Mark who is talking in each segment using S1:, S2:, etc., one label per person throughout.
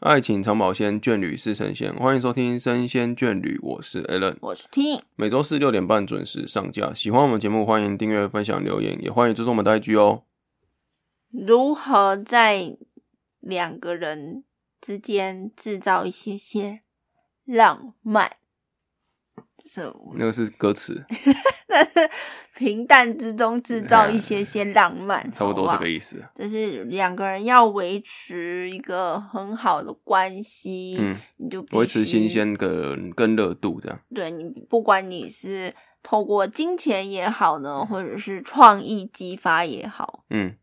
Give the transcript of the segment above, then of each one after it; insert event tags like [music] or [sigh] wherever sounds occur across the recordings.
S1: 爱情长保鲜，眷侣是神仙。欢迎收听《生鲜眷侣》，我是 Alan，
S2: 我是 T，
S1: 每周四六点半准时上架。喜欢我们节目，欢迎订阅、分享、留言，也欢迎追踪我们的 IG 哦。
S2: 如何在两个人之间制造一些些浪漫？是我，
S1: 那个是歌词，
S2: 但是平淡之中制造一些些浪漫，
S1: 差
S2: [laughs]
S1: 不多这个
S2: 意
S1: 意思。
S2: 就是两个人要维持一个很好的关系，
S1: 嗯，
S2: 你就必
S1: 维持
S2: 须
S1: 新鲜跟跟热度这样。
S2: 对你，不管你是透过金钱也好呢，或者是创意激发也好，
S1: 嗯，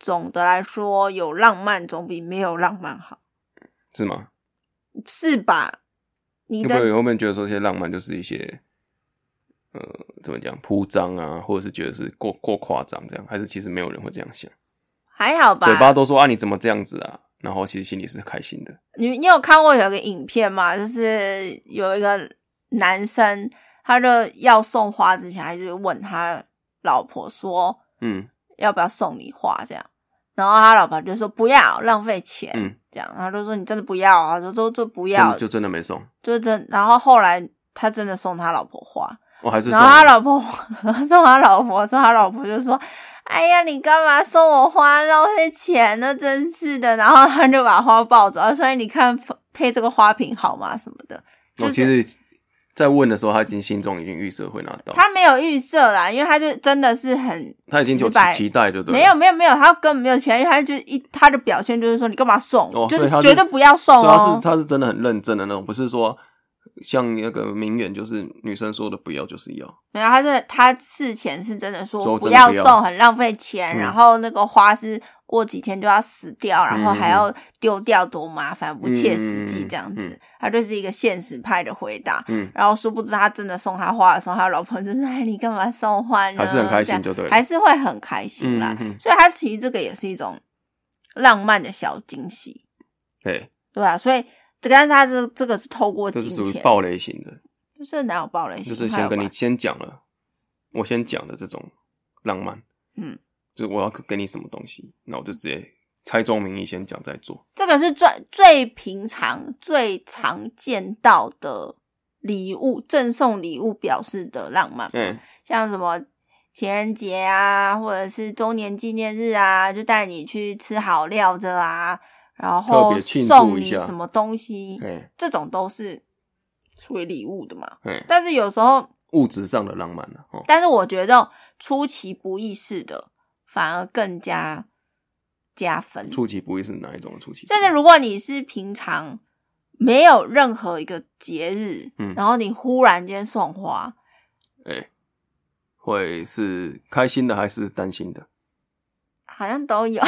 S2: 总的来说，有浪漫总比没有浪漫好，
S1: 是吗？
S2: 是吧？你
S1: 会不会
S2: 的
S1: 会不会觉得说这些浪漫就是一些呃怎么讲铺张啊，或者是觉得是过过夸张这样？还是其实没有人会这样想？
S2: 还好吧？
S1: 嘴巴都说啊你怎么这样子啊，然后其实心里是开心的。
S2: 你你有看过有一个影片吗？就是有一个男生，他就要送花之前，还是问他老婆说
S1: 嗯
S2: 要不要送你花这样，然后他老婆就说不要，浪费钱。
S1: 嗯，
S2: 这样，然后就说你真的不要啊，说说就不
S1: 真
S2: 要
S1: 的，就真的没送。
S2: 就真，然后后来他真的送他老婆花，
S1: 我、哦还是
S2: 然后他老婆送他老婆，送他老婆就说：“哎呀，你干嘛送我花，浪费钱呢？真是的。”然后他就把花抱走，所以你看配这个花瓶好吗？什么的，
S1: 我、
S2: 就
S1: 哦其
S2: 是
S1: 实，在问的时候，他已经心中已经预设会拿到，他
S2: 他没有预设啦，因为他就真的是很
S1: 已经有
S2: 失败
S1: 期待，对不对？
S2: 没有没有没有，他根本没有钱，因为他就一他的表现就是说你干嘛送，
S1: 哦，
S2: 就
S1: 所以他
S2: 绝对不要送
S1: 所以他
S2: 哦
S1: 是。他是真的很认真的那种，不是说像那个名媛，就是女生说的不要就是要，
S2: 没有，他是他事前是真的
S1: 说
S2: 说
S1: 真的
S2: 要
S1: 不要
S2: 送，很浪费钱，
S1: 嗯
S2: 然后那个花是过几天就要死掉，然后还要丢掉，多麻烦，不切实际这样子。
S1: 嗯嗯嗯嗯
S2: 他就是一个现实派的回答。
S1: 嗯，
S2: 然后殊不知他真的送他花的时候，他老婆就是哎，你干嘛送花呢？
S1: 还是很开
S2: 这
S1: 心
S2: 样
S1: 就对了，
S2: 还是会很开心
S1: 嗯
S2: 啦。
S1: 嗯嗯，
S2: 所以他其实这个也是一种浪漫的小惊喜，
S1: 对，
S2: 对吧、所以这个但是他这这个是透过
S1: 嗯这是
S2: 金
S1: 属于
S2: 钱，
S1: 暴雷型的，
S2: 就是哪有暴雷型，
S1: 就是
S2: 还
S1: 先
S2: 有
S1: 跟你
S2: 吧
S1: 先讲了，我先讲的这种浪漫，
S2: 嗯，
S1: 就是我要给你什么东西，那我就直接猜中名义先讲再做，
S2: 这个是最最平常、最常见到的礼物，赠送礼物表示的浪漫，
S1: 嗯，
S2: 像什么情人节啊，或者是周年纪念日啊，就带你去吃好料的啦、然
S1: 特
S2: 后
S1: 别庆祝
S2: 送
S1: 一
S2: 你
S1: 下
S2: 什么东西，
S1: 哎
S2: 这种都是属于礼物的嘛。
S1: 哎，
S2: 但是有时候，
S1: 物质上的浪漫了、哦，
S2: 但是我觉得出其不意式的反而更加加分。
S1: 出其不意是哪一种的出其不
S2: 就
S1: 意？
S2: 是如果你是平常没有任何一个节日，
S1: 嗯
S2: 然后你忽然间送花，
S1: 哎、会是开心的还是担心的？
S2: 好像都有，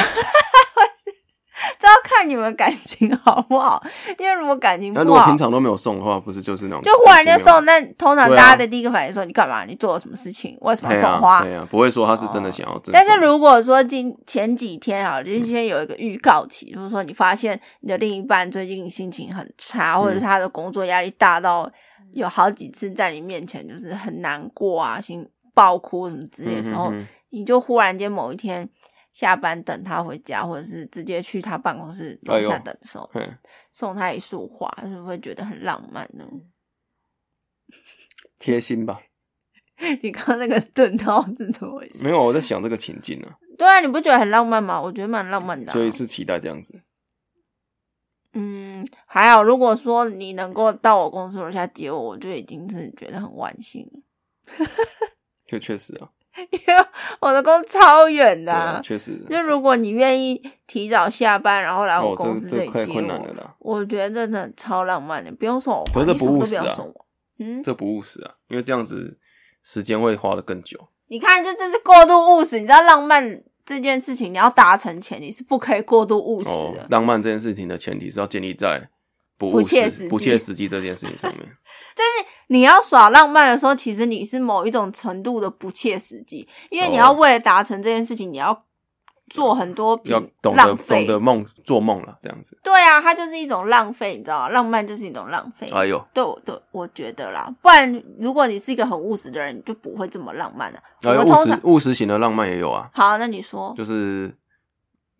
S2: 这要看你们感情好不好。因为如果感情
S1: 那
S2: 不
S1: 如果
S2: 好
S1: 平，常都没有送的话，不是就是那种
S2: 就忽然间送，
S1: 哎
S2: 那通常
S1: 对啊
S2: 大家的第一个反应说、你干嘛？你做了什么事情？为什么要送花？哦
S1: 对啊呀、不会说他是真的想要赠送、嗯
S2: 但是如果说今前几天啊，就是先有一个预告期，就是说你发现你的另一半最近心情很差，
S1: 嗯
S2: 或者是他的工作压力大到有好几次在你面前就是很难过啊，心爆哭什么之类的时候，
S1: 嗯嗯嗯
S2: 你就忽然间某一天下班等他回家，或者是直接去他办公室楼
S1: 哎
S2: 下
S1: 呦
S2: 等的时候，
S1: 嗯
S2: 送他一束花，是不是会觉得很浪漫呢？ [laughs]
S1: 贴心吧，
S2: 你刚刚那个顿到是怎么回事
S1: 没？有我在想这个情境啊，
S2: 对啊，你不觉得很浪漫吗？我觉得蛮浪漫的啊、
S1: 所以是期待这样子。
S2: 嗯，还好。如果说你能够到我公司楼下接我，我就已经是觉得很万幸了，
S1: 确确实啊，
S2: 因为 [laughs] 我的公司超远
S1: 对
S2: 的
S1: 啊，
S2: 啊、
S1: 确实。
S2: 就如果你愿意提早下班，然后来我
S1: 哦，
S2: 公
S1: 这
S2: 司
S1: 这
S2: 里接
S1: 太
S2: 我，
S1: 困难了啦，
S2: 我觉得真的超浪漫的，不用送我花，
S1: 可是这
S2: 你什么
S1: 不务
S2: 都不
S1: 实
S2: 要
S1: 啊
S2: 送我。嗯，
S1: 这不务实啊，因为这样子时间会花的更久。
S2: 你看，这这是过度务实。你知道浪漫这件事情，你要达成前，你是不可以过度务实
S1: 哦
S2: 的。，
S1: 浪漫这件事情的前提是要建立在不
S2: 不
S1: 务
S2: 切
S1: 实
S2: 实
S1: 不
S2: 际
S1: 切实际这件事情上
S2: [laughs]
S1: 面。
S2: 你要耍浪漫的时候，其实你是某一种程度的不切实际，因为你要
S1: 哦
S2: 为了达成这件事情，你要做很多比
S1: 要懂得
S2: 浪
S1: 懂
S2: 费。
S1: 得梦做梦了，这样子。
S2: 对啊，它就是一种浪费，你知道吗？浪漫就是一种浪费。
S1: 哎呦，
S2: 对，我对我觉得啦，不然如果你是一个很务实的人，你就不会这么浪漫啊。
S1: 哎
S2: 我
S1: 呦，
S2: 们
S1: 务
S2: 通
S1: 实
S2: 常
S1: 务实型的浪漫也有啊，
S2: 好，那你说
S1: 就是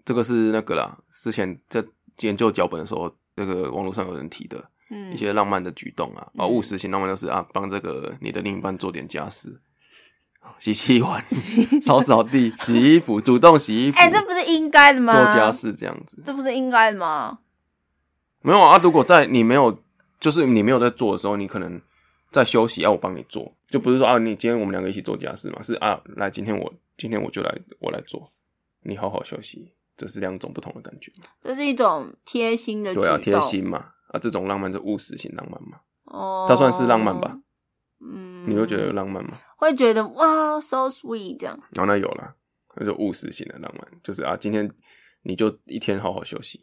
S1: 这个是那个啦，之前在研究脚本的时候那个网络上有人提的
S2: 嗯
S1: 一些浪漫的举动啊，
S2: 嗯
S1: 哦，务实型浪漫就是啊，帮这个你的另一半做点家事，洗洗碗、 [laughs] 扫扫地、洗衣服、主动洗衣服，
S2: 哎、这不是应该的吗？
S1: 做家事这样子。
S2: 这不是应该的吗？
S1: 没有啊，如果在你没有，就是你没有在做的时候，你可能在休息，啊要我帮你做，就不是说啊，你今天我们两个一起做家事嘛，是啊，来，今天我今天我就来我来做，你好好休息，这是两种不同的感觉。
S2: 这是一种贴心的举动，
S1: 对啊，贴心嘛，啊，这种浪漫是务实型浪漫嘛，
S2: 哦，
S1: 它算是浪漫吧？
S2: 嗯，
S1: 你会觉得有浪漫吗？
S2: 会觉得哇，so sweet 这样，
S1: 然后那有啦，那就务实型的浪漫，就是啊，今天你就一天好好休息，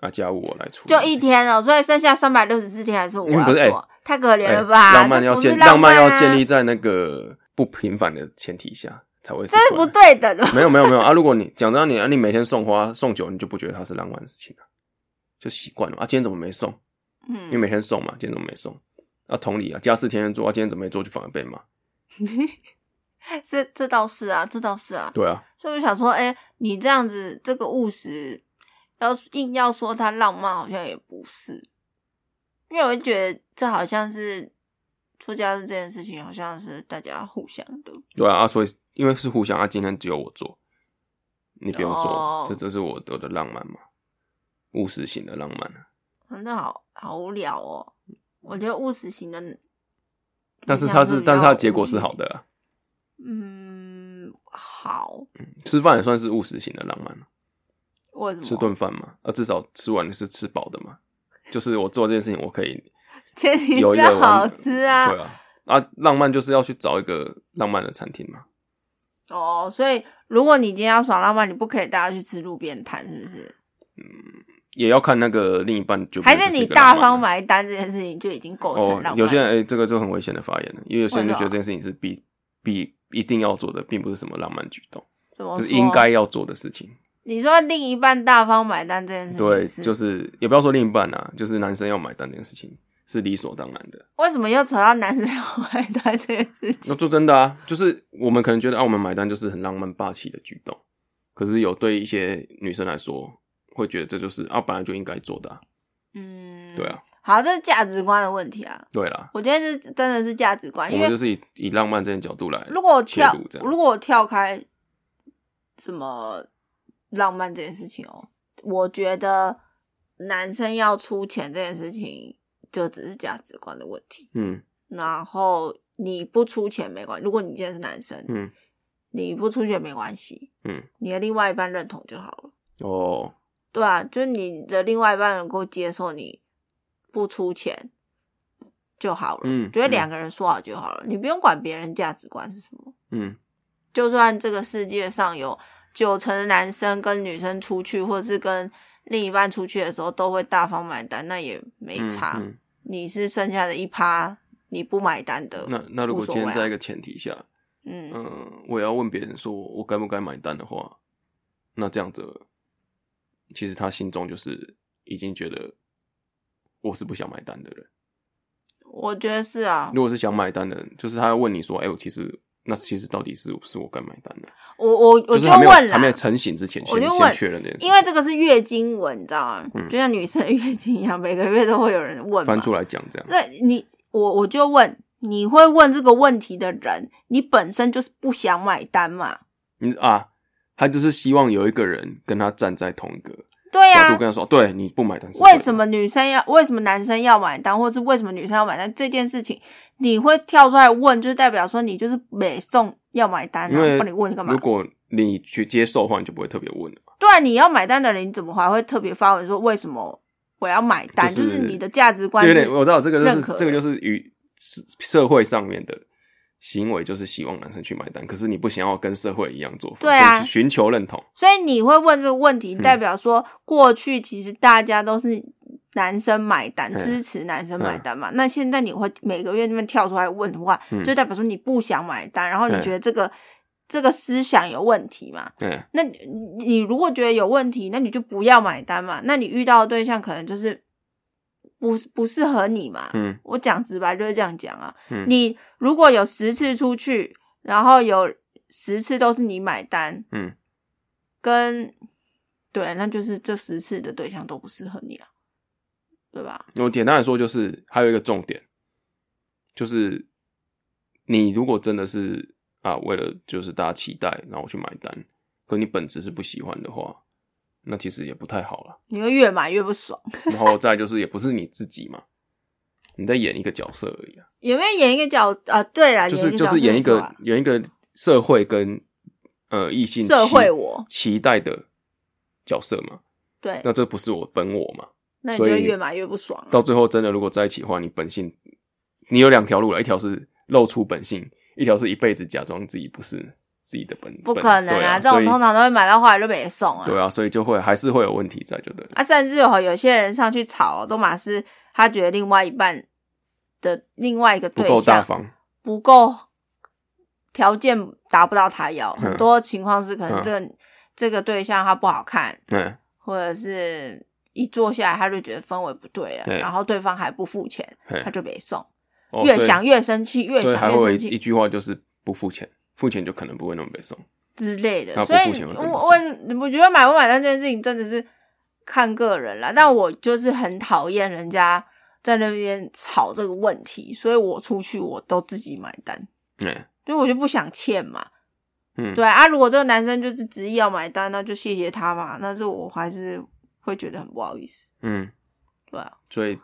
S1: 啊，家务我来处理，
S2: 就一天哦，所以剩下三百六十四天还是我
S1: 因为
S2: 要
S1: 不
S2: 做，
S1: 是哎
S2: 太可怜
S1: 哎
S2: 了吧？
S1: 浪漫
S2: 这
S1: 要
S2: 不是
S1: 建，
S2: 浪
S1: 漫
S2: 啊
S1: 要建立在那个不平凡的前提下才会。
S2: 这是不。对等的。
S1: 没有没有没有啊！如果你讲到你啊，你每天送花送酒，你就不觉得它是浪漫的事情了，就习惯了嘛啊。今天怎么没送？因为
S2: [laughs] 嗯，
S1: 每天送嘛，今天怎么没送？啊，同理啊，家事天天做，啊，今天怎么没做就反而被骂。
S2: 这这倒是啊，这倒是啊。
S1: 对啊，
S2: 所以我想说，哎、你这样子这个务实，要硬要说它浪漫，好像也不是，因为我觉得这好像是做家事这件事情，好像是大家互相的。
S1: 对啊啊，所以因为是互相啊，今天只有我做，你不用做，
S2: 哦
S1: 这这是我我的浪漫嘛，务实型的浪漫啊。
S2: 真的好好无聊哦。我觉得务实型的，
S1: 但是它是，但是它的结果是好的、啊，
S2: 嗯，好，
S1: 吃饭也算是务实型的浪漫啊。
S2: 为什么？
S1: 吃顿饭嘛，啊，至少吃完是吃饱的嘛。就是我做这件事情，我
S2: [laughs]
S1: 可以
S2: 前提
S1: 有一
S2: 是
S1: 个
S2: 好
S1: 完
S2: 吃啊。
S1: 对啊，啊，浪漫就是要去找一个浪漫的餐厅嘛。
S2: 哦，所以如果你今天要爽浪漫，你不可以带他去吃路边摊，是不是？
S1: 也要看那个另一半就
S2: 还是你大方买单这件事情就已经构成
S1: 哦
S2: 浪漫？。
S1: 有些人哎、这个就很危险的发言了，因为有些人就觉得
S2: 为什
S1: 这件
S2: 么
S1: 事情是必必一定要做的，并不是什么浪漫举动，
S2: 怎么
S1: 就
S2: 说
S1: 是应该？要做的事情。
S2: 你说另一半大方买单这件事情，
S1: 对，
S2: 是
S1: 就是也不要说另一半啊，就是男生要买单这件事情是理所当然的。
S2: 为什么又扯到男生要买单这件事情？
S1: 那说真的啊，就是我们可能觉得啊，我们买单就是很浪漫霸气的举动，可是有对一些女生来说，会觉得这就是啊，本来就应该做的、啊。
S2: 嗯，
S1: 对。啊，
S2: 好，这是价值观的问题啊。
S1: 对啦，
S2: 我觉得这真的是价值观，
S1: 我
S2: 啊因
S1: 们就
S2: 为
S1: 是以以浪漫这种角度来，
S2: 如果我
S1: 切
S2: 跳
S1: 入这，样
S2: 如果我跳开什么浪漫这件事情哦，我觉得男生要出钱这件事情，就只是价值观的问题。
S1: 嗯
S2: 然后你不出钱没关系，如果你今天是男生，
S1: 嗯
S2: 你不出钱没关系，
S1: 嗯，
S2: 你的另外一半认同就好了。
S1: 哦，
S2: 对啊，就是你的另外一半能够接受你不出钱就好了。
S1: 嗯
S2: 觉得
S1: 嗯
S2: 两个人说好就好了，你不用管别人价值观是什么。
S1: 嗯
S2: 就算这个世界上有九成的男生跟女生出去，或是跟另一半出去的时候都会大方买单，那也没
S1: 嗯
S2: 差。
S1: 嗯
S2: 你是剩下的一趴你不买单的，
S1: 那那如
S2: 无
S1: 果
S2: 所
S1: 今天
S2: 谓啊
S1: 在一个前提下，
S2: 嗯，
S1: 嗯、我也要问别人说我该不该买单的话，那这样子，其实他心中就是已经觉得我是不想买单的人。
S2: 我觉得是啊。
S1: 如果是想买单的人，就是他要问你说：“哎、我其实那其实到底是是我该买单的
S2: 我我？”我
S1: 就是还没有
S2: 问
S1: 还没有
S2: 啦，
S1: 成型之前，
S2: 我
S1: 先
S2: 就问
S1: 先确认这件事，
S2: 因为这个是月经文，你知道吗？
S1: 嗯
S2: 就像女生的月经一样，每个月都会有人问嘛
S1: 翻。出来讲这样。
S2: 对你，我我就问，你会问这个问题的人，你本身就是不想买单嘛？
S1: 你啊，他就是希望有一个人跟他站在同一个
S2: 对呀、
S1: 角度，跟他说：“对，你不买单是对的
S2: 为什么女生要为什么男生要买单，或是为什么女生要买单这件事情，你会跳出来问，就是代表说你就是美送要买单、啊，
S1: 因为
S2: 不然你问干嘛
S1: 如？果你去接受的话，你就不会特别问了嘛。
S2: 对啊，你要买单的人，你怎么还会特别发文说为什么我要买单？
S1: 就
S2: 就是你的价值观
S1: 这有
S2: 是
S1: 点我知道，这个就
S2: 认
S1: 是
S2: 可
S1: 这个
S2: 的
S1: 就是与社社会上面的行为，就是希望男生去买单，可是你不想要跟社会一样做法，
S2: 对啊
S1: 所以寻求认同。
S2: 所以你会问这个问
S1: 嗯
S2: 题，代表说过去其实大家都是男生买单，
S1: 嗯
S2: 支持男生买单嘛。那现在你会每个月那边跳出来问的话，
S1: 嗯
S2: 就代表说你不想买单，然后你
S1: 嗯
S2: 觉得这个、这个思想有问题嘛？
S1: 嗯，
S2: 那你你如果觉得有问题，那你就不要买单嘛。那你遇到的对象可能就是不不适合你嘛。
S1: 嗯
S2: 我讲直白就是这样讲啊。
S1: 嗯
S2: 你如果有十次出去，然后有十次都是你买单，
S1: 嗯，
S2: 跟对，那就是这十次的对象都不适合你啊。对吧？
S1: 我简单来说，就是还有一个重点，就是你如果真的是啊，为了就是大家期待，然后去买单，可你本质是不喜欢的话，那其实也不太好了。
S2: 你会越买越不爽，
S1: 然后再就是也不是你自己嘛，你在演一个角色而已啊，
S2: 有没有演一个角啊？对啦，
S1: 就是
S2: 一个
S1: 就
S2: 角色
S1: 是演一
S2: 不错
S1: 个
S2: 啊
S1: 演一个社会跟呃异性
S2: 社
S1: 期
S2: 会我
S1: 期待的角色嘛，
S2: 对，
S1: 那这不是我本我嘛？
S2: 那你就
S1: 所以
S2: 会越买越不爽啊、
S1: 到最后真的如果在一起的话，你本性你有两条路了，一条是露出本性，一条是一辈子假装自己不是自己的本。
S2: 不
S1: 本
S2: 可能
S1: 对啊，
S2: 这种
S1: 所以
S2: 通常都会买到后来就没送啊。
S1: 对啊，所以就会还是会有问题在，就对了。
S2: 啊，甚至有有些人上去吵哦，都马是他觉得另外一半的另外一个
S1: 不
S2: 对
S1: 够大
S2: 象
S1: 方，
S2: 不够条件达不到他要，
S1: 嗯
S2: 很多情况是可能
S1: 嗯
S2: 这个、这个对象他不好看，
S1: 嗯，
S2: 或者是一坐下来他就觉得氛围不对了，
S1: 对
S2: 然后对方还不付钱，
S1: 嘿
S2: 他就没送，
S1: 哦
S2: 越
S1: 所以
S2: 想越生气，越
S1: 所以
S2: 想
S1: 还会有
S2: 越生
S1: 一一
S2: 气
S1: 句话就是不付钱，付钱就可能不会那么被送。
S2: 之类的
S1: 那。不
S2: 所
S1: 付
S2: 以
S1: 钱会
S2: 我，
S1: 更不
S2: 我我我觉得买不买单这件事情真的是看个人啦，但我就是很讨厌人家在那边吵这个问题，所以我出去我都自己买单，
S1: 嗯
S2: 因为我就不想欠嘛。
S1: 嗯，
S2: 对啊，如果这个男生就是执意要买单，那就谢谢他嘛。但是我还是会觉得很不好意思。
S1: 嗯，
S2: 对啊，
S1: 所以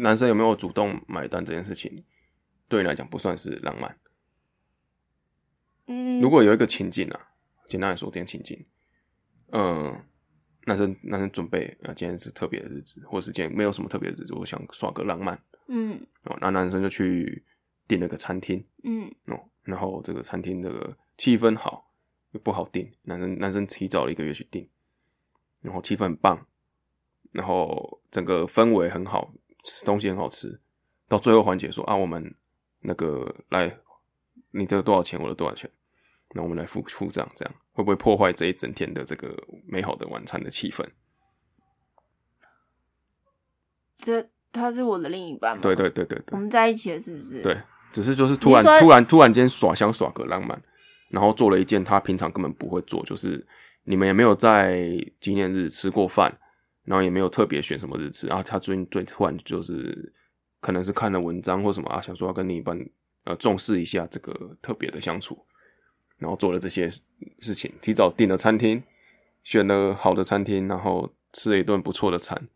S1: 男生有没有主动买单这件事情，对你来讲不算是浪漫。
S2: 嗯，
S1: 如果有一个情境啊，简单来说，这个情境，嗯，男生男生准备啊，今天是特别的日子，或是今天没有什么特别的日子，我想耍个浪漫
S2: 嗯
S1: 哦，那男生就去订了个餐厅
S2: 嗯
S1: 哦，然后这个餐厅这个气氛好，又不好订，男生男生提早了一个月去订，然后气氛很棒，然后整个氛围很好，吃东西很好吃，到最后环节说啊，我们那个来，你这个多少钱，我的多少钱，那我们来付付账，这样会不会破坏这一整天的这个美好的晚餐的气氛？
S2: 这他是我的另一半嘛？
S1: 对，对对对
S2: 我
S1: 对
S2: 们在一起了，是不是？
S1: 对，只是就是突然
S2: 你说
S1: 突然突然间耍想耍个浪漫，然后做了一件他平常根本不会做，就是你们也没有在纪念日吃过饭，然后也没有特别选什么日吃啊，他最近最突然就是可能是看了文章或什么啊，想说要跟另一半呃重视一下这个特别的相处，然后做了这些事情，提早订了餐厅，选了好的餐厅，然后吃了一顿不错的餐，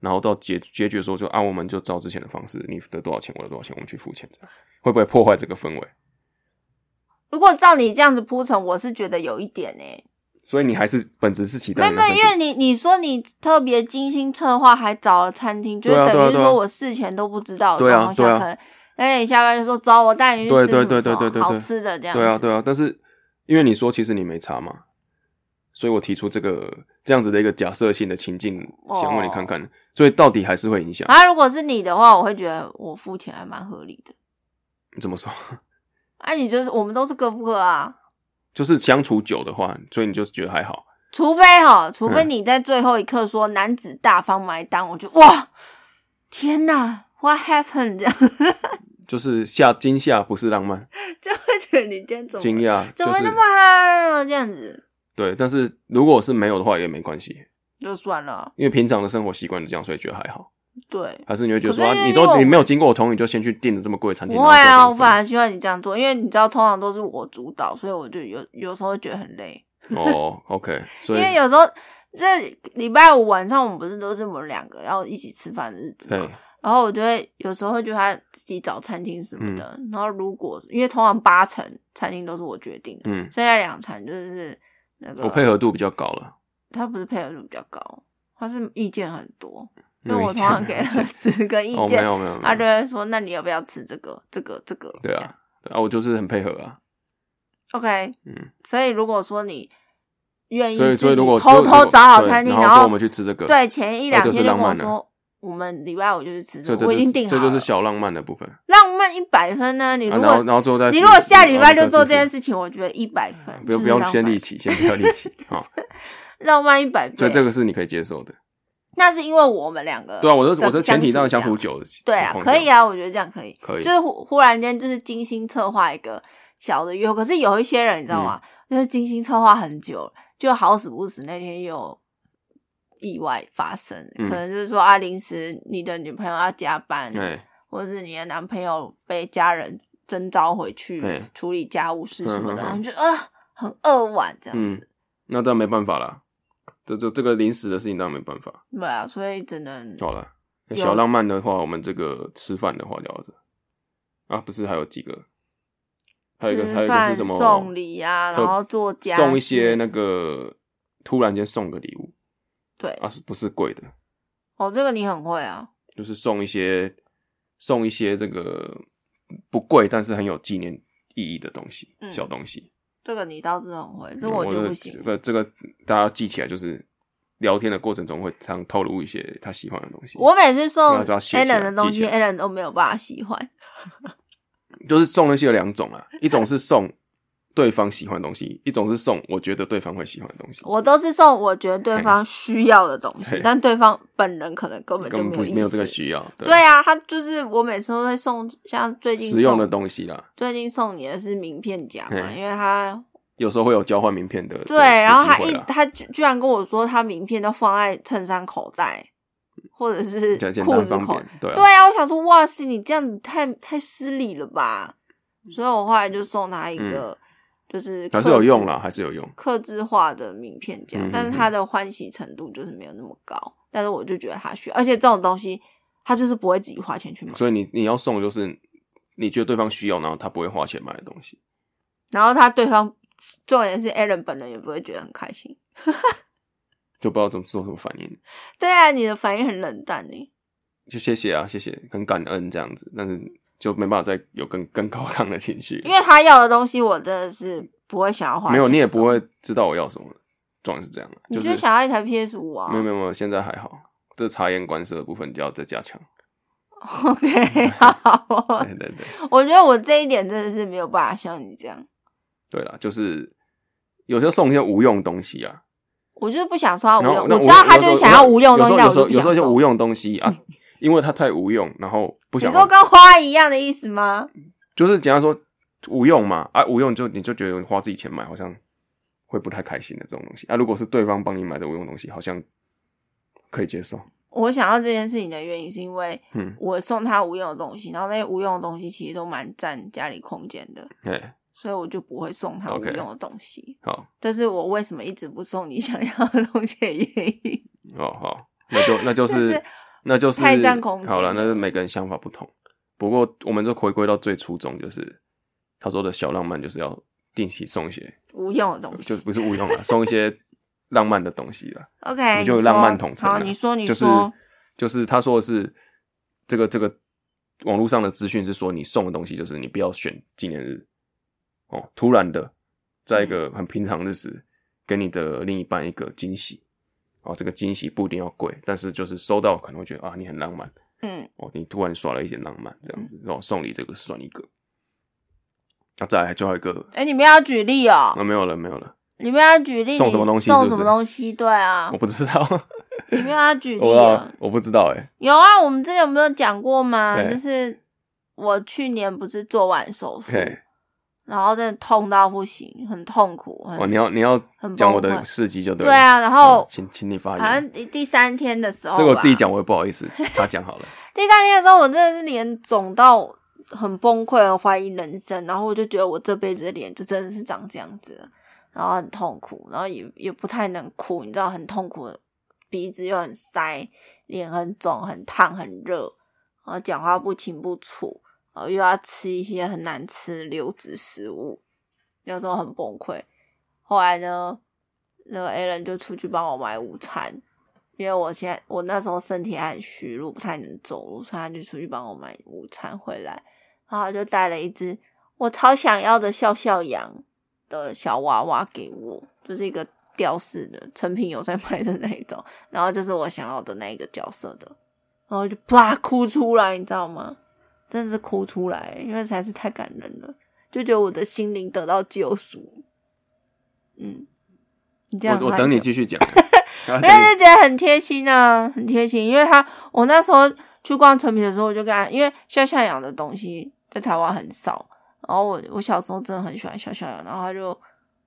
S1: 然后到结结局的时候就啊，我们就照之前的方式，你的多少钱，我的多少钱，我们去付钱，这样会不会破坏这个氛围？
S2: 如果照你这样子铺陈，我是觉得有一点呢、
S1: 所以你还是本质是期
S2: 没
S1: 待
S2: 有
S1: 人生
S2: 没有，因为你你说你特别精心策划，还找了餐厅，就是
S1: 对啊对
S2: 等
S1: 啊
S2: 于是
S1: 对啊
S2: 说我事前都不知道的
S1: 对啊
S2: 状况下，
S1: 对啊
S2: 可能那你下班就说走，我带你去
S1: 对
S2: 吃什么
S1: 对对
S2: 什么
S1: 对对对
S2: 好吃的这样子。
S1: 对啊，对啊，但是因为你说其实你没查嘛，所以我提出这个这样子的一个假设性的情境，
S2: 哦
S1: 想问你看看，所以到底还是会影响？
S2: 啊，如果是你的话，我会觉得我付钱还蛮合理的。
S1: 你怎么说？
S2: 啊，你就是我们都是各付各啊，
S1: 就是相处久的话，所以你就是觉得还好。
S2: 除非哈，除非
S1: 嗯
S2: 你在最后一刻说男子大方买单，我就哇，天哪，What happened？这样 [laughs]
S1: 就是吓惊吓不是浪漫，
S2: 就会觉得你今天怎
S1: 惊
S2: 么
S1: 讶
S2: 怎
S1: 就
S2: 么
S1: 是
S2: 那么嗨这样子，
S1: 对。但是如果是没有的话也没关系，
S2: 就算了。
S1: 因为平常的生活习惯是这样，所以觉得还好。
S2: 对，
S1: 还是你会觉得说
S2: 可
S1: 啊
S2: 是，因为
S1: 你都
S2: 我
S1: 你没有经过我同意，你就先去订了这么贵的餐厅？
S2: 不会
S1: 然
S2: 啊，
S1: 后
S2: 我
S1: 就
S2: 反而希望你这样做，因为你知道，通常都是我主导，所以我就有有时候觉得很累，
S1: 哦，OK，
S2: 因
S1: 所以
S2: 为有时候这礼拜五晚上我们不是都是我们两个要一起吃饭的日子嘛，
S1: 对
S2: 然后我就会有时候会觉得他自己找餐厅什么
S1: 嗯
S2: 的，然后如果因为通常八成餐厅都是我决定的，
S1: 嗯，
S2: 剩下两成就是那个
S1: 我配合度比较高了。
S2: 他不是配合度比较高，他是意见很多，
S1: 没嗯
S2: 那
S1: 有
S2: 我
S1: 意
S2: 通
S1: 见
S2: 常给
S1: 没有
S2: 了
S1: 意
S2: 十个意
S1: 哦，没
S2: 见，
S1: 有没有，没
S2: 他
S1: 有
S2: 就会说那你要不要吃这个这个这个？
S1: 对啊，对啊，我就是很配合啊，
S2: 这样，OK，
S1: 嗯，
S2: 所以如果说你愿意
S1: 所以
S2: 自
S1: 所以
S2: 己
S1: 如果
S2: 偷
S1: 就
S2: 偷
S1: 对
S2: 找好餐厅，
S1: 然
S2: 后
S1: 说我们去吃这个，
S2: 对前一
S1: 那
S2: 两
S1: 就是
S2: 天就跟
S1: 浪
S2: 我
S1: 漫了，
S2: 说，我们礼拜五就去吃
S1: 这
S2: 这
S1: 这就
S2: 个，我已
S1: 是
S2: 经订
S1: 这
S2: 好了，
S1: 就是小浪漫的部分。啊
S2: 浪漫一百分呢。你如
S1: 然
S2: 果、
S1: 后然后最后再啊
S2: 你如果下礼拜
S1: 然
S2: 就
S1: 后
S2: 做
S1: 再
S2: 这件
S1: 付
S2: 事情，我觉得一百分，
S1: 嗯不要
S2: 就
S1: 不
S2: 是
S1: 要
S2: 浪
S1: 先
S2: 漫
S1: 立起，先不要立
S2: [laughs]
S1: 起好，
S2: 浪漫一百倍。
S1: 所以这个是你可以接受的。
S2: 那是因为我们两个
S1: 对啊，我这我
S2: 的
S1: 这前提当然
S2: 相
S1: 相
S2: 处
S1: 处
S2: 这样
S1: 久的情
S2: 对啊，
S1: 况
S2: 可
S1: 下
S2: 以，啊，我觉得这样可以，
S1: 可以
S2: 就是忽忽然间就是精心策划一个小的约会，可是有一些
S1: 嗯
S2: 人你知道吗？就是精心策划很久，就好死不死那天又有意外发生，
S1: 嗯
S2: 可能就是说啊，临时你的女朋友要加班，
S1: 哎，
S2: 或者是你的男朋友被家人征召回去
S1: 对
S2: 处理家务事什么
S1: 嗯嗯嗯
S2: 的，然后你就啊很扼腕这样
S1: 嗯
S2: 子，
S1: 那当然没办法啦，这这这个临时的事情当然没办法。
S2: 对啊，所以只能
S1: 好了，
S2: 有啊
S1: 小浪漫的话，我们这个吃饭的话聊着啊，不是还有几个，还有一个还有一个
S2: 吃
S1: 是
S2: 饭
S1: 什么
S2: 送礼啊，然后做家
S1: 送一些
S2: 事
S1: 那个突然间送个礼物
S2: 对
S1: 啊，是不是贵的，
S2: 哦，这个你很会啊，
S1: 就是送一些送一些这个不贵但是很有纪念意义的东西，
S2: 嗯
S1: 小东西。
S2: 这个你倒是很会，这
S1: 嗯
S2: 我就
S1: 这
S2: 不
S1: 个
S2: 行
S1: 这。个这个大家记起来，就是聊天的过程中会常透露一些他喜欢的东西。
S2: 我每次送
S1: 那就要写起
S2: Alan
S1: 来
S2: 的东
S1: 记
S2: 西
S1: 起来
S2: ，Alan 都没有办法喜欢。
S1: 就是送东西有两种啊， [laughs] 一种是送对方喜欢的东西，一种是送我觉得对方会喜欢的东西。
S2: 我都是送我觉得对方需要的东西
S1: 嘿，
S2: [laughs] 但对方本人可能根本就
S1: 根本不
S2: 意
S1: 没有这个
S2: 识
S1: 需要，
S2: 对啊，他就是我每次都会送，像最近
S1: 实用的
S2: 送
S1: 东西啦，
S2: 最近送你的是名片夹嘛，
S1: 嘿
S2: 因为他
S1: 有时候会有交换名片的。
S2: 对，然后他一
S1: 打
S2: 他居居然跟我说他名片都放在衬衫口袋，或者是
S1: 简
S2: 裤
S1: 单
S2: 子
S1: 方
S2: 口
S1: 便，对啊
S2: 对啊，我想说，哇塞，你这样子太太失礼了吧？所以我后来就送他一个，就是
S1: 嗯还是有用
S2: 了，
S1: 啦，还是有用。
S2: 刻字化的名片夹，
S1: 嗯嗯嗯
S2: 但是他的欢喜程度就是没有那么高。但是我就觉得他需要，而且这种东西他就是不会自己花钱去买。
S1: 所以你你要送的就是你觉得对方需要，然后他不会花钱买的东西。
S2: 然后他对方重点是 Aaron 本人也不会觉得很开心。
S1: 就不知道怎么做什么反应，
S2: 对啊，你的反应很冷淡欸呢。
S1: 就谢谢啊，谢谢，很感恩这样子，但是就没办法再有更更高亢的情绪
S2: 因，为他要的东西，我真的是不会想要花
S1: 没
S2: 钱送。
S1: 有你也不会知道我要什么，状况是这样的，啊
S2: 你
S1: 是
S2: 就想要一台 PS 五啊？
S1: 没有没有没有，现在还好，这察言观色的部分就要再加强。
S2: OK，好， [laughs]
S1: 对对对，
S2: 我觉得我这一点真的是没有办法像你这样，
S1: 对啦，就是有时候送一些无用东西啊，
S2: 我就是不想收啊他无
S1: 然后
S2: 用。
S1: 那
S2: 知道他就是想要无用的东西，
S1: 有时
S2: 但
S1: 候
S2: 我
S1: 有时候有时候
S2: 就
S1: 就
S2: 不
S1: 无
S2: 想收。
S1: 用东西啊，因为它太无用，然后不
S2: 你
S1: 想
S2: 说跟花一样的意思吗？
S1: 就是简单说无用嘛，啊无用就你就觉得花自己钱买好像会不太开心的这种东西啊，如果是对方帮你买的无用东西，好像可以接受，
S2: 我想要这件事情的原因是因为
S1: 嗯，
S2: 我送他无用的东西，然后那些无用的东西其实都蛮占家里空间的，
S1: 哎，
S2: 所以我就不会送他无
S1: OK
S2: 用的东西。
S1: 好，
S2: 这是我为什么一直不送你想要的东西的原因。 [laughs]
S1: 哦好，那就那就
S2: 就是是
S1: 那就是
S2: 太占空间
S1: 好了，那是每个人想法不同，不过我们就回归到最初衷，就是他说的小浪漫，就是要定期送一些，
S2: 无用的东西
S1: 就不是无用了，送一些浪漫的东西了。
S2: ，OK，
S1: 你就有
S2: 说
S1: 浪漫统称
S2: 好，
S1: 了。
S2: 你说，你
S1: 就是
S2: 说，
S1: 就是他说的是这个这个网络上的资讯是说，你送的东西就是你不要选纪念日哦，突然的
S2: 嗯
S1: 在一个很平常的日子给你的另一半一个惊喜哦，这个惊喜不一定要贵，但是就是收到可能会觉得啊你很浪漫
S2: 嗯，
S1: 哦，你突然耍了一点浪漫这样子，然后送礼这个算一个。那、再来就要一个，
S2: 哎、你们要举例哦、
S1: 啊没有了没有了，
S2: 你们要举例，
S1: 送什么东西
S2: 送
S1: 是不
S2: 什么
S1: 是
S2: 东西？对啊
S1: 我，不知道，
S2: 你们要
S1: [laughs]
S2: 举
S1: 我不
S2: 例
S1: 知道
S2: 啊。
S1: 我不知道哎、欸
S2: 有啊，我们之前有没有讲过吗？
S1: 对
S2: 就是我去年不是做完手术， [laughs]
S1: 嘿
S2: 然后真的痛到不行，很痛苦，
S1: 哦，
S2: 很
S1: 你要你要
S2: 很
S1: 讲
S2: 崩
S1: 我的
S2: 溃
S1: 事迹就对
S2: 对
S1: 了。
S2: 啊。然后
S1: 嗯请请你发
S2: 好
S1: 言
S2: 像。第三天的时候，
S1: 这个我自己。讲，我也不好意
S2: [laughs]
S1: 思。他讲好了，
S2: 第三天的时候，我真的是脸肿到很崩溃，我怀疑人生，然后我就觉得我这辈子的脸就真的是长这样子了，然后很痛苦，然后也也不太能哭，你知道，很痛苦，鼻子又很塞，脸很肿、很烫、很热，然后讲话不清不楚，然后又要吃一些很难吃的流质食物，那时候很崩溃。后来呢，那个 A 人就出去帮我买午餐，因为我现在我那时候身体还很虚弱，不太能走路，所以他就出去帮我买午餐回来，然后他就带了一只我超想要的笑笑羊的小娃娃给我，就是一个吊饰的，成品有在卖的那一种，然后就是我想要的那一个角色的，然后就啪哭出来，你知道吗？真的是哭出来，因为实在是太感人了，就觉得我的心灵得到救赎。嗯，你这样
S1: 我我
S2: 还
S1: 等你
S2: 有
S1: 继
S2: [laughs]
S1: 续讲。啊
S2: 没
S1: 等
S2: 有
S1: 你
S2: 就觉得很贴心啊，很贴心。因为他我那时候去逛成品的时候，我就跟他，因为肖像羊的东西在台湾很少，然后我我小时候真的很喜欢肖像羊，然后他就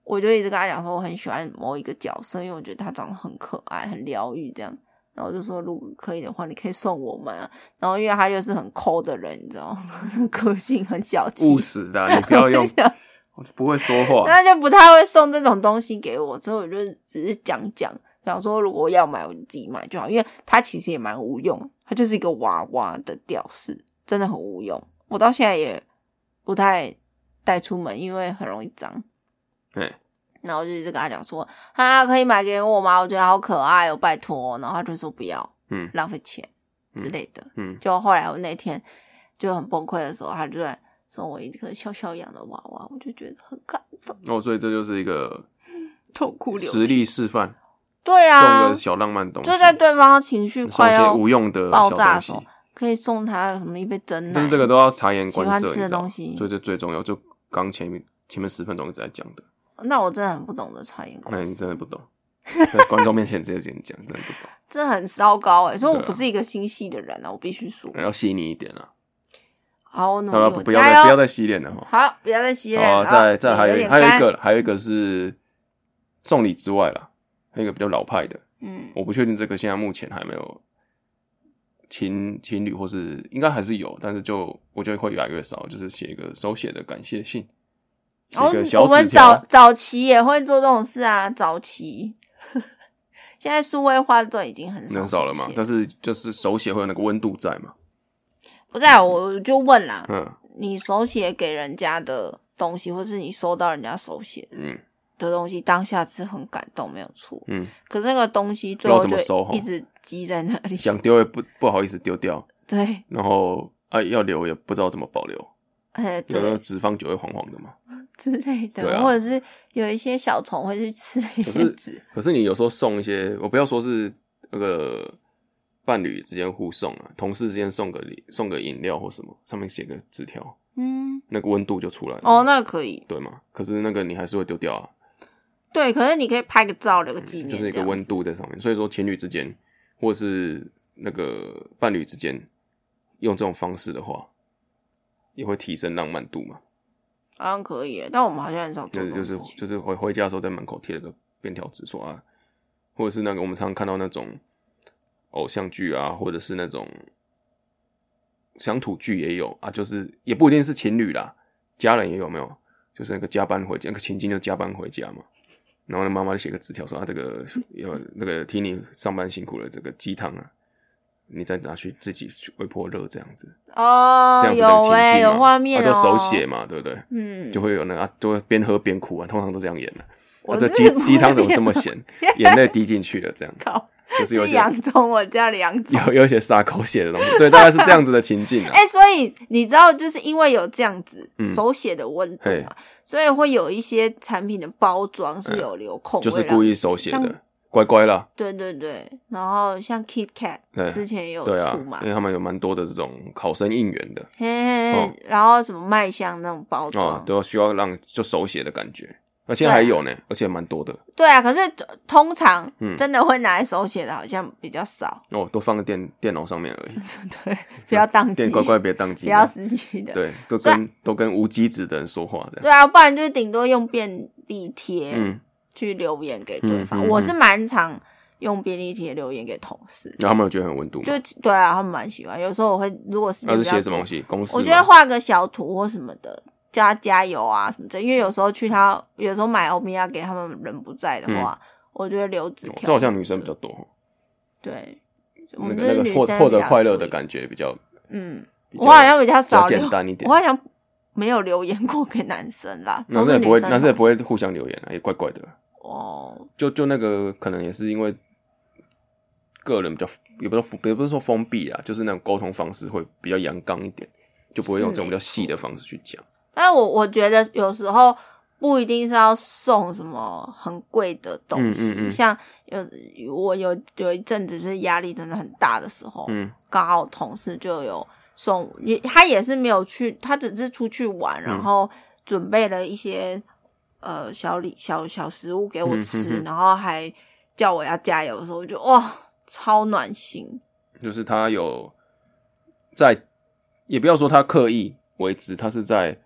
S2: 我就一直跟他讲说我很喜欢某一个角色，因为我觉得他长得很可爱、很疗愈这样。然后我就说如果可以的话，你可以送我吗？然后因为他就是很抠的人，你知道吗？ [laughs] 个性很小气
S1: 务，实的
S2: [laughs]
S1: 啊，你不要用
S2: 很，小
S1: 我不会说
S2: [laughs]
S1: 话。
S2: 那就不太会送这种东西给我，所以我就只是讲讲，想说如果要买我就自己买就好，因为它其实也蛮无用，它就是一个娃娃的吊饰，真的很无用。我到现在也不太带出门，因为很容易脏。
S1: 对，
S2: 然后我就一直跟他讲说，啊，可以买给我吗？我觉得好可爱哦，拜托。然后他就说不要，
S1: 嗯
S2: 浪费钱之类的。
S1: 嗯，
S2: 就后来我那天就很崩溃的时候，他就在送我一个笑笑养的娃娃，我就觉得很感动。
S1: 哦，所以这就是一个
S2: 痛哭流涕
S1: 实力示范，
S2: 对
S1: 送
S2: 啊
S1: 个，小浪漫东西，
S2: 就在对方情绪
S1: 送
S2: 快
S1: 一些
S2: 要
S1: 无用的
S2: 哦爆
S1: 小
S2: 炸
S1: 东
S2: 的时候
S1: 西，，
S2: 可以送他什么一杯真奶。啊
S1: 但是这个都要察言观色，
S2: 喜欢吃
S1: 你
S2: 的
S1: 知道
S2: 东西
S1: 所以这最重要。就刚前面前面十分钟一直在讲的，
S2: 那我真的很不懂得察言
S1: 那
S2: 观
S1: 你
S2: 色，
S1: 真的不懂，在观众面前直接这样讲，真的不懂，
S2: 这很糟糕哎、所以我
S1: 对啊
S2: 不是一个心细的人啊，我必须说。
S1: 要细腻一点
S2: [laughs]
S1: 啊。
S2: 好，我努
S1: 好
S2: 力，
S1: 了，
S2: 我
S1: 不不要
S2: 加
S1: 再
S2: 油
S1: 不要再洗脸了哈。
S2: 好，不要再吸
S1: 好啊，
S2: 了。
S1: 再再还
S2: 有
S1: 有
S2: 点
S1: 还有一个
S2: 干，
S1: 了，还有一个是送礼之外啦，还有一个比较老派的，
S2: 嗯，
S1: 我不确定这个现在目前还没有情情侣或是应该还是有，但是就我觉得会越来越少，就是写一个手写的感谢信，写
S2: 然后
S1: 一个小
S2: 哦我们
S1: 纸
S2: 早
S1: 条。
S2: 早期也会做这种事啊，早期。 [laughs] 现在数位化都已经很少
S1: 很少了嘛
S2: 手，写
S1: 但是就是手写会有那个温度在嘛，
S2: 不是、啊，我就问啦，
S1: 嗯
S2: 你手写给人家的东西，或是你收到人家手写
S1: 嗯
S2: 的东西，当下是很感动，没有错。
S1: 嗯，
S2: 可是那个东西
S1: 不知
S2: 最
S1: 道
S2: 后
S1: 怎
S2: 就
S1: 么收哈
S2: 一直积在那里，
S1: 想丢也不不好意思丢掉，
S2: [laughs] 对，
S1: 然后啊要留也不知道怎么保留，
S2: 哎，
S1: 有的
S2: 对
S1: 纸放久会黄黄的嘛。
S2: 之类的，
S1: 对啊
S2: 或者是有一些小虫会去吃那
S1: 可
S2: 些
S1: 是
S2: 纸，
S1: 可是你有时候送一些，我不要说是那个伴侣之间互送啊，同事之间送个礼，送个饮料或什么，上面写个纸条，
S2: 嗯，
S1: 那个温度就出来了。
S2: 哦，那可以，
S1: 对嘛？可是那个你还是会丢掉啊，
S2: 对，可是你可以拍个照留个纪念，
S1: 就是一个
S2: 这样
S1: 温
S2: 子
S1: 度在上面。所以说情侣之间，或是那个伴侣之间，用这种方式的话，也会提升浪漫度嘛。
S2: 好像可以耶，但我们好像很少做
S1: 就
S2: 这
S1: 是就
S2: 种事
S1: 是就
S2: 情。
S1: 是回回家的时候在门口贴了个便条纸说啊，或者是那个我们常看到那种偶像剧啊，或者是那种乡土剧也有啊，就是也不一定是情侣啦，家人也有没有？就是那个加班回家，那个情境就加班回家嘛。然后呢，妈妈就写个纸条说啊，这个有那个替你上班辛苦了，这个鸡汤啊，你再拿去自己去微波热这样子，
S2: 哦
S1: 这样，子的情境
S2: 有哎、
S1: 嘛，
S2: 有画面
S1: 啊
S2: 哦，
S1: 就手写，嘛，对不对？
S2: 嗯，
S1: 就会有那个啊，就会边喝边哭啊，通常都这样演的、
S2: 我
S1: 啊、这
S2: 是
S1: 鸡
S2: 不
S1: 鸡汤怎么
S2: 会
S1: 这么
S2: 演 [laughs]
S1: 咸？眼泪滴进去了，这样
S2: 靠，
S1: 就是有一
S2: 是
S1: 些
S2: 洋葱，我家里洋
S1: [laughs]
S2: 葱。
S1: 有有一些撒狗血的东西，对，大概是这样子的情境啊
S2: [laughs] 哎、。所以你知道，就是因为有这样子、
S1: 嗯
S2: 手写的温度嘛，所以会有一些产品的包装是有留空、
S1: 就是故意。手写的，乖乖啦，
S2: 对对对，然后像 Kit Kat
S1: 对
S2: 之前也有
S1: 对啊
S2: 出嘛，，
S1: 因为他们有蛮多的这种考生应援的
S2: 嘿嘿嘿
S1: 哦
S2: 然后什么麦香那种包装、
S1: 啊，都要需要让就手写的感觉，而且
S2: 啊
S1: 还有呢，而且蛮多的
S2: 对啊，可是通常
S1: 嗯
S2: 真的会拿来手写的，好像比较少。
S1: 哦，都放在电电脑上面而已，
S2: [laughs] 对，不要当机，
S1: 电乖乖别当机
S2: 不，要死机的。
S1: 对，都
S2: 虽
S1: 跟都跟无机子的人说话这样，
S2: 对啊啊，不然就是顶多用便利贴
S1: 嗯，
S2: 去留言给对方。
S1: 嗯嗯嗯
S2: 我是蛮常用便利贴留言给同事，
S1: 然后他们有觉得很有温度吗？
S2: 就对啊，他们蛮喜欢。有时候我会如果时
S1: 那
S2: 间
S1: 啊是
S2: 比较
S1: 写什么
S2: 多
S1: 东，西？公司
S2: 我
S1: 吗？
S2: 觉得画个小图或什么的。叫他加油啊什么的，因为有时候去他，有时候买欧米亚给他们人不在的话，我就会留
S1: 嗯
S2: 纸
S1: 哦
S2: 条。
S1: 这好像女生比较多哦，
S2: 对，
S1: 那
S2: 我们
S1: 个
S2: 就是
S1: 那
S2: 女
S1: 个获
S2: 生
S1: 获
S2: 比
S1: 得
S2: 较
S1: 快乐的
S2: sweet
S1: 感觉比较，
S2: 嗯，
S1: 比较
S2: 我好像比较
S1: 比较
S2: 少
S1: 简
S2: 留，
S1: 单一点
S2: 我。好像没有留言过给男生啦，
S1: 男
S2: 都
S1: 生也
S2: 是
S1: 不会，
S2: 女生
S1: 男生也
S2: 同
S1: 不会互相留言啊，也怪怪的。
S2: 哦，
S1: 就就那个可能也是因为个人比较也不是说也不是说封闭啊，就是那种沟通方式会比较阳刚一点，就不会用这种比较细的方式去讲。
S2: 但我我觉得有时候不一定是要送什么很贵的东
S1: 嗯
S2: 西，
S1: 嗯嗯
S2: 像有我有有一阵子就是压力真的很大的时候，
S1: 嗯
S2: 刚好同事就有送，也他也是没有去，他只是出去玩，然后
S1: 嗯
S2: 准备了一些呃小礼小小食物给我吃，
S1: 嗯嗯嗯
S2: 然后还叫我要加油的时候，我就哇、超暖心，
S1: 就是他有在，也不要说他刻意为之，他是在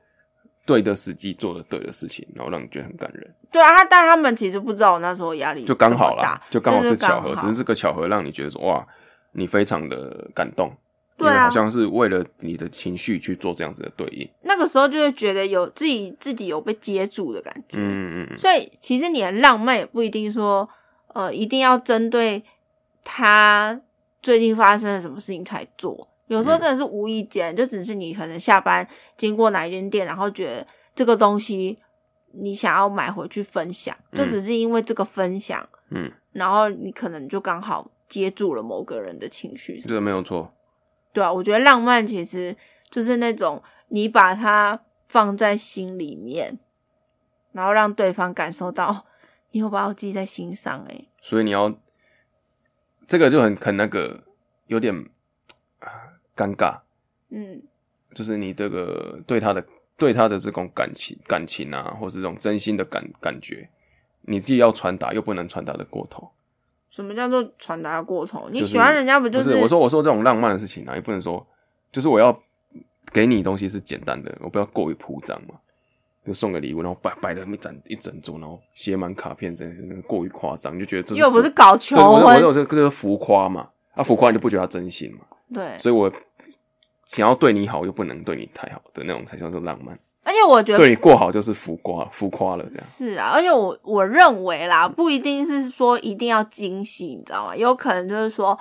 S1: 对的时机做了对的事情，然后让你觉得很感人，
S2: 对啊，他但他们其实不知道我那时候压力
S1: 就刚好
S2: 这么大
S1: 啦，就刚好
S2: 就是是
S1: 巧合，
S2: 刚好
S1: 只是这个巧合让你觉得说哇，你非常的感动，因
S2: 对
S1: 为
S2: 啊
S1: 好像是为了你的情绪去做这样子的对应，
S2: 那个时候就会觉得有自己自己有被接住的感觉。
S1: 嗯嗯嗯，
S2: 所以其实你的浪漫也不一定说，呃，一定要针对他最近发生了什么事情才做。有时候
S1: 嗯
S2: 真的是无意间，就只是你可能下班经过哪一间店，然后觉得这个东西你想要买回去分享，就
S1: 嗯
S2: 只是因为这个分享，
S1: 嗯，
S2: 然后你可能就刚好接住了某个人的情绪，
S1: 这个没有错，
S2: 对啊，我觉得浪漫其实就是那种你把它放在心里面，然后让对方感受到你有把我记在心上、欸。
S1: 所以你要这个就很很那个，有点啊尴尬，
S2: 嗯，
S1: 就是你这个对他的对他的这种感情感情啊，或是这种真心的感感觉，你自己要传达又不能传达的过头。
S2: 什么叫做传达的过程？你
S1: 就是
S2: 喜欢人家不就
S1: 不是我说我说这种浪漫的事情啊，也不能说，就是我要给你东西是简单的，我不要过于铺张嘛。就送个礼物，然后摆摆了一整一整桌，然后写满卡片，真的是过于夸张，你就觉得这
S2: 又不
S1: 浮
S2: 是搞
S1: 这
S2: 求
S1: 我我
S2: 婚？
S1: 有这这是浮夸嘛？啊，浮夸你就不觉得他真心嘛？
S2: 对，
S1: 所以我想要对你好，又不能对你太好的那种才叫做浪漫。
S2: 而且我觉得
S1: 对你过好就是浮夸，浮夸了这样。
S2: 是啊，而且我我认为啦，不一定是说一定要惊喜，你知道吗？有可能就是说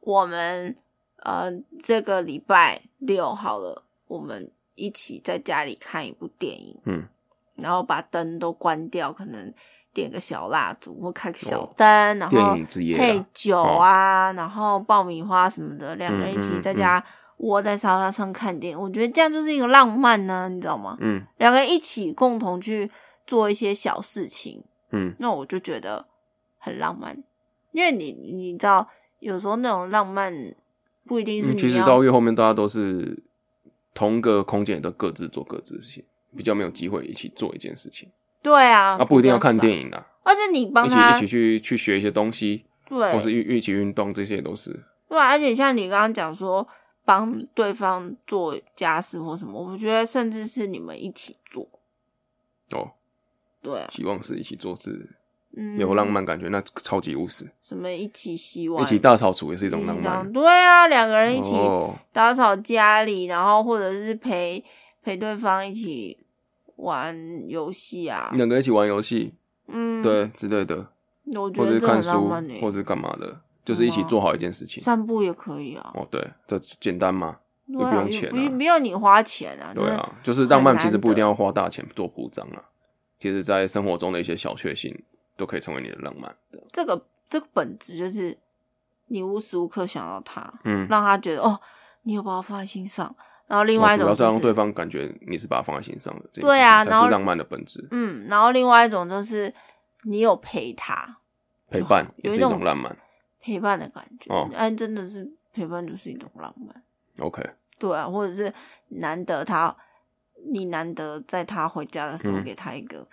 S2: 我们呃这个礼拜六好了，我们一起在家里看一部电影。
S1: 嗯，
S2: 然后把灯都关掉，可能点个小蜡烛或开个小
S1: 哦
S2: 灯，然后
S1: 电影之夜啦
S2: 配酒啊，然后爆米花什么的，两个人一
S1: 嗯
S2: 起
S1: 嗯
S2: 在家窝在沙发上看电影，我觉得这样就是一个浪漫呢、你知道吗？
S1: 嗯
S2: 两个人一起共同去做一些小事情，
S1: 嗯，
S2: 那我就觉得很浪漫，因为你你知道，有时候那种浪漫不一定是
S1: 嗯其
S2: 你
S1: 实
S2: 要、
S1: 到越后面，大家都是同个空间，也都各自做各自的事情，比较没有机会一起做一件事情。
S2: 对啊，
S1: 啊，不一定要看电
S2: 影，
S1: 影啊，
S2: 而是你帮
S1: 一起
S2: 他
S1: 一起去去学一些东西，
S2: 对，
S1: 或是一一起运动，这些都是。
S2: 对啊，而且像你刚刚讲说帮对方做家事或什么，我觉得甚至是你们一起做，
S1: 哦，
S2: 对啊，
S1: 希望是一起做事，
S2: 嗯，
S1: 有浪，漫感觉，那超级务实。
S2: 什么一起洗碗，
S1: 一起大扫除也是一
S2: 一
S1: 种浪漫。
S2: 对啊，两个人一起
S1: 哦，
S2: 打扫家里，然后或者是陪陪对方一起玩游戏啊，
S1: 两个人一起玩游戏，
S2: 嗯，，
S1: 对之类的，
S2: 我觉
S1: 或
S2: 得
S1: 是
S2: 这
S1: 看
S2: 很
S1: 书
S2: 浪漫欸诶、，
S1: 或是干嘛的，就是一起做好一件事情。
S2: 散步也可以啊，
S1: 哦，对，这简单嘛。
S2: 对
S1: 也
S2: 啊，
S1: 不用钱啊
S2: 不不用你花钱啊，
S1: 对
S2: 真的
S1: 啊，就是浪漫其实
S2: 很难
S1: 不一定
S2: 得
S1: 要花大钱做铺张啊，其实在生活中的一些小确幸都可以成为你的浪漫。
S2: 这个这个本质就是你无时无刻想到他，
S1: 嗯，
S2: 让他觉得哦，你有把我放在心上。然后另
S1: 然后
S2: 外
S1: 哦
S2: 一
S1: 主
S2: 种、
S1: 要
S2: 就是是
S1: 让对方感觉你是把他放在心上的，这件
S2: 对啊
S1: 事情
S2: 然
S1: 才
S2: 后
S1: 是浪漫的本质。
S2: 嗯，然后另外一种就是你有陪他
S1: 陪伴也
S2: 有一
S1: 是一
S2: 种
S1: 种浪漫。
S2: 陪伴的感觉，
S1: 哦
S2: 哎，真的是陪伴就是一种浪漫，
S1: OK，
S2: 对啊，或者是难得他，你难得在他回家的时候
S1: 嗯
S2: 给他一个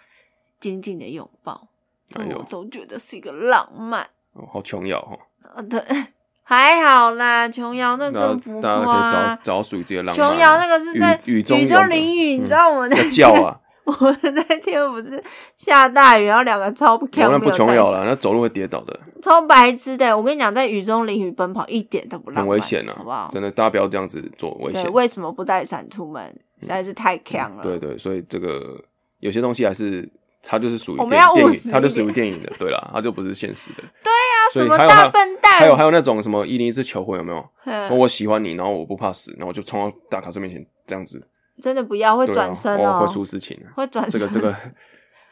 S2: 紧紧的拥抱，这
S1: 哎呦
S2: 我都觉得是一个浪漫
S1: 哦好琼瑶哈，
S2: 啊，对， [laughs] 还好啦，琼瑶那
S1: 那
S2: 更浮夸
S1: 大家可以找
S2: 啊，
S1: 找到属于自己的浪漫啊。
S2: 琼瑶那个是在
S1: 雨
S2: 宇
S1: 雨中
S2: 宙
S1: 有的
S2: 淋雨，你
S1: 嗯
S2: 知道我们那
S1: [laughs] 要叫啊，
S2: [laughs] 我们那天不是下大雨，然后两个超不
S1: 我
S2: 强，
S1: 那
S2: 没有
S1: 不
S2: 带
S1: 琼瑶
S2: 伞
S1: 了，那走路会跌倒的，
S2: 超白痴的。我跟你讲，在雨中淋雨奔跑一点都不浪
S1: 很
S2: 漫，
S1: 危险
S2: 好不好
S1: 啊！？真的，大家不要这样子做，危
S2: 对，
S1: 险。
S2: 为什么不带伞出门？实在是太强
S1: 嗯
S2: 了。
S1: 对对，所以这个有些东西还是它就是属于
S2: 我们
S1: 电
S2: 要务
S1: 电影，
S2: 实
S1: 它就
S2: 一
S1: 属于
S2: 点
S1: 电影的，对啦，它就不是现实的。对
S2: 啊
S1: 呀
S2: [laughs] 什么大笨蛋？
S1: 还有还有那种什么一零一次求婚有没有？说
S2: 嗯
S1: 我喜欢你，然后我不怕死，然后我就冲到大卡车面前这样子，
S2: 真的不要会
S1: 对啊
S2: 转身
S1: 哦，
S2: 哦，
S1: 会出事情啊。
S2: 会转
S1: 这
S2: 身。
S1: 个这
S2: [laughs]
S1: 个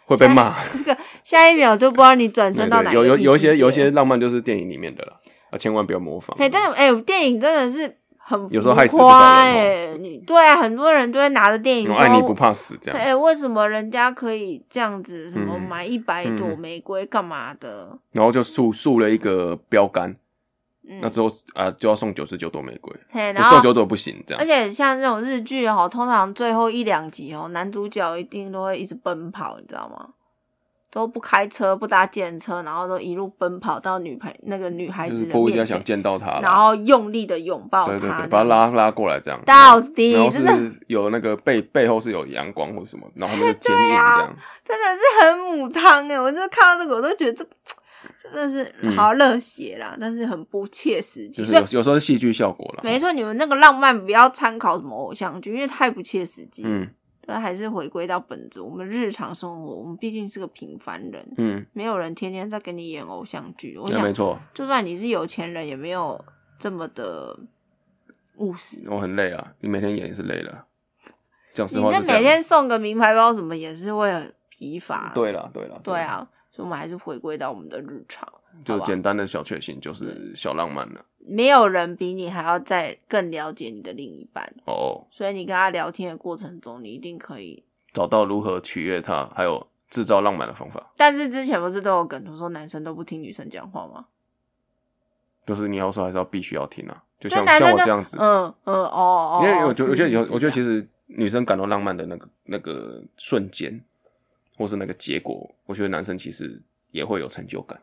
S1: 会被骂。
S2: 这个下一秒就不知道你转
S1: 对
S2: 身到哪
S1: 对，
S2: 一
S1: 有
S2: 个
S1: 有有一
S2: 异世
S1: 些
S2: 界
S1: 有一些。浪漫就是电影里面的了，啊，千万不要模仿。
S2: 哎，但哎，电影真的是很
S1: 有时候害死
S2: 浮
S1: 不少人哦
S2: 夸哎，你对啊，很多人都会拿着电影
S1: 那种
S2: 说
S1: 爱你不怕死这
S2: 哎、
S1: 样，
S2: 为什么人家可以这样子？什么
S1: 嗯
S2: 买一百朵
S1: 嗯
S2: 玫瑰干嘛的？
S1: 然后就竖竖了一个标杆，
S2: 嗯，
S1: 那之后啊就要送九十九朵玫瑰，
S2: 嘿，
S1: 不
S2: 然
S1: 送
S2: 后
S1: 九朵不行这样
S2: 而。且像这种日剧哦，通常最后一两集哦，男主角一定都会一直奔跑，你知道吗？都不开车、不搭电车，然后都一路奔跑到女朋那个女孩
S1: 就
S2: 子
S1: 是
S2: 的
S1: 嗯迫不及
S2: 面
S1: 待想
S2: 前，
S1: 见到他啦，
S2: 然后用力的拥抱她，
S1: 对对对，
S2: 这
S1: 把他
S2: 样
S1: 拉拉过来这样，
S2: 到底
S1: 然后
S2: 真的
S1: 是有那个背背后是有阳光或什么，然后后面
S2: [laughs]
S1: 就剪影
S2: 啊
S1: 这样，
S2: 真的是很母汤哎、我真的看到这个，我都觉得这这真的是
S1: 嗯
S2: 好热血啦，但是很不切实际。
S1: 就是
S2: 所以
S1: 有有时候是戏剧效果了。
S2: 没错，你们那个浪漫不要参考什么偶像剧，因为太不切实际。
S1: 嗯
S2: 对，啊还是回归到本质，我们日常生活，我们毕竟是个平凡人，
S1: 嗯，
S2: 没有人天天在给你演偶像剧。我
S1: 那啊没
S2: 想，
S1: 错，
S2: 就算你是有钱人，也没有这么的务实。
S1: 我很累啊，你每天演也是累了。讲啊实
S2: 你
S1: 话
S2: 那
S1: 是这样。
S2: 每天送个名牌包什么，也是会很疲乏。
S1: 对了，对了，
S2: 对，啊，所以我们还是回归到我们的日常。
S1: 就
S2: 好吧
S1: 简单的小确幸，就是小浪漫了。
S2: 没有人比你还要再更了解你的另一半，
S1: 哦，
S2: 所以你跟他聊天的过程中，你一定可以。
S1: 找到如何取悦他，还有制造浪漫的方法，
S2: 但是之前不是都有梗图说男生都不听女生讲话吗？
S1: 就是你要说还是要必须要听啊，就
S2: 就
S1: 像
S2: 男
S1: 像
S2: 生
S1: 我
S2: 就
S1: 这样子
S2: 嗯，嗯哦哦，
S1: 因为我
S2: 哦
S1: 觉得我觉得有，我觉得其
S2: 实
S1: 实女生感到浪漫的那个那个瞬间，或是那个结果，我觉得男生其实也会有成就感，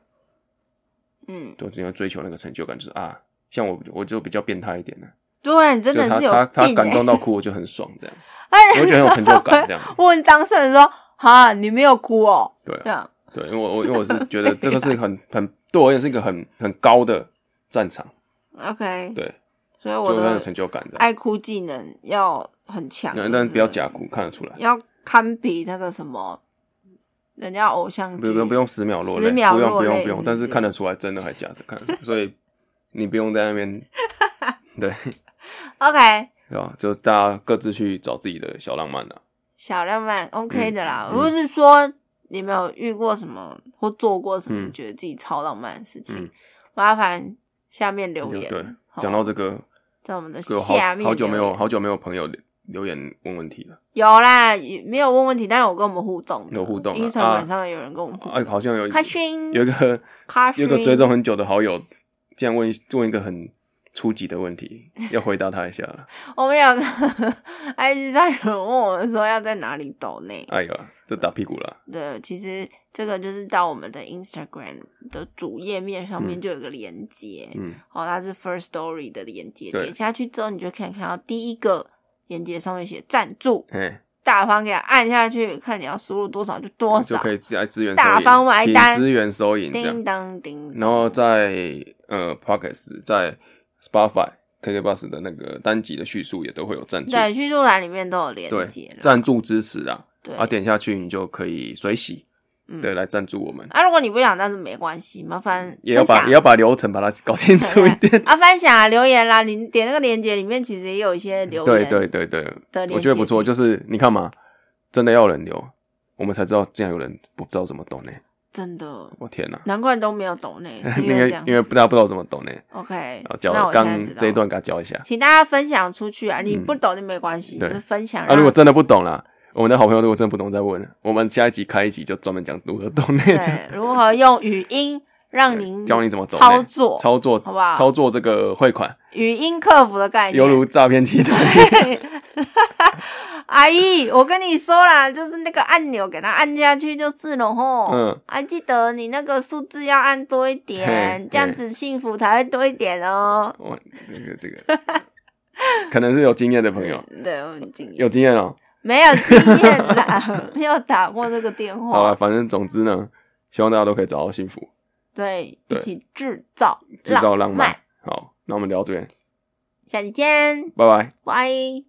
S2: 嗯，
S1: 对，就要追求那个成就感，就是啊，像我我就比较变态一点的，
S2: 对，你真
S1: 就
S2: 的
S1: 他
S2: 是有
S1: 他他
S2: 病
S1: 感
S2: 哎、 [laughs]
S1: 动到哭，我就很爽这样，
S2: 哎，
S1: 我会觉得很有成就感这样
S2: [laughs] 问当事人说：“哈，你没有哭哦？”
S1: 对
S2: 这
S1: 啊
S2: 样
S1: 对，因为我我因为我是觉得这个是
S2: [laughs] 啊
S1: 很很对我而言是一个很很高的战场，
S2: OK，
S1: 对，
S2: 所以我
S1: 就很有
S2: 的
S1: 成就感这样，
S2: 爱哭技能要很强，
S1: 那但
S2: 就是
S1: 不要假哭，看得出来。
S2: 要堪比那个什么，人家偶像
S1: 不
S2: 剧，
S1: 用不用十秒落
S2: 十
S1: 泪，
S2: 秒
S1: 不用
S2: 落
S1: 不用
S2: 泪
S1: 不
S2: 是
S1: 用，
S2: 不
S1: 但是
S2: 是
S1: 看得出来真的还假的，看得出来，所以你不用在那
S2: [laughs]
S1: 边，对
S2: OK，
S1: 对吧？就大家各自去找自己的小浪漫了。啊
S2: 小浪漫 OK 的啦。
S1: 嗯
S2: 我就是说，你没有遇过什么或做过什么
S1: 嗯
S2: 觉得自己超浪漫的事情，
S1: 嗯
S2: 麻烦下面留
S1: 就
S2: 言。
S1: 对
S2: 好，
S1: 讲到这个，
S2: 在我们的
S1: 有好
S2: 下面
S1: 好久没
S2: 留
S1: 有
S2: 言
S1: 好久没有朋友留留言问问题了，
S2: 有啦，也没有问问题，但有跟我们互动的，
S1: 有互动啊
S2: Instagram
S1: 啊
S2: 上面有人跟我们互动，
S1: 哎，好像有
S2: 开心
S1: 有一个
S2: 开
S1: 有
S2: 心
S1: 一个追踪很久的好友，竟然问一问一个很初级的问题，要回答他一下了。
S2: 我们有个 [laughs] IG 上有人问我们说要在哪里抖内，
S1: 哎呀，这打屁股了，
S2: 对，其实这个就是到我们的 Instagram 的主页面上面
S1: 嗯
S2: 就有个连接，
S1: 嗯，
S2: 哦，它是 First Story 的连接，
S1: 对
S2: 点下去之后你就可以看到第一个连接上面写赞助，
S1: 哎，
S2: 大方给它按下去，看你要输入多少就多
S1: 就
S2: 少，
S1: 可以来支援
S2: 大
S1: 收银
S2: 方买
S1: 请
S2: 单
S1: 支援收银这样
S2: 叮。当叮当，
S1: 然后在呃 Pockets 在 Spotify、KK Bus 的那个单集的叙述也都会有赞助，
S2: 在叙述栏里面都有连
S1: 对
S2: 接了，
S1: 赞助支持啊，
S2: 对
S1: 啊点下去你就可以随喜，
S2: 嗯
S1: 对，来赞助我们，
S2: 啊，如果你不想，但是没关系，麻烦
S1: 嗯也要
S2: 分
S1: 把
S2: 享
S1: 也要把流程把它搞清楚一点，
S2: 啊，分享啊，留言啦，你点那个链接里面其实也有一些 [laughs] 留
S1: 对
S2: 言，
S1: 对对对
S2: 的连，接
S1: 我觉得不错，就是你看嘛，真的要有人留，我们才知道竟然有人不知道怎么懂呢，
S2: 真的，
S1: 我天哪、
S2: 难怪你都没有
S1: [laughs]
S2: 懂内，是
S1: 因
S2: 因为
S1: 为
S2: 这样子，
S1: 因为大家不知道怎么懂呢，
S2: OK，
S1: 然后教
S2: 那我现在
S1: 刚
S2: 知道
S1: 这一段给他教一下，
S2: 请大家分享出去啊，你
S1: 嗯
S2: 不懂就没关系，
S1: 对
S2: 就是分享
S1: 啊，
S2: 让
S1: 如果真的不懂啦，我们的好朋友如果真的不懂再问，我们下一集开一集就专门讲如何懂那
S2: 对
S1: 种，
S2: 如何用语音让
S1: 对
S2: 您
S1: 教你怎么懂
S2: 操
S1: 内
S2: 作
S1: [laughs] 操作，
S2: 好不好
S1: 操作这个汇款，
S2: 语音客服的概念，
S1: 犹如诈骗集团。
S2: [laughs] 阿姨，我跟你说啦，就是那个按钮给它按下去就是了吼。
S1: 嗯，
S2: 啊，记得你那个数字要按多一点
S1: 嘿，
S2: 这样子幸福才会多一点哦。
S1: 我那个这个可能是有经验的朋友，
S2: 对，我很经
S1: 哎有
S2: 验，
S1: 经验哦。
S2: 没有经验
S1: [laughs]
S2: 啦，没有打过这个电
S1: 好啊了，
S2: 话。
S1: 反正总之呢，希望大家都可以找到幸福，
S2: 对，一
S1: 对
S2: 起制造
S1: 制造浪
S2: 漫
S1: 漫。。好，那我们聊到这边，
S2: 下期见，
S1: 拜拜。
S2: 拜。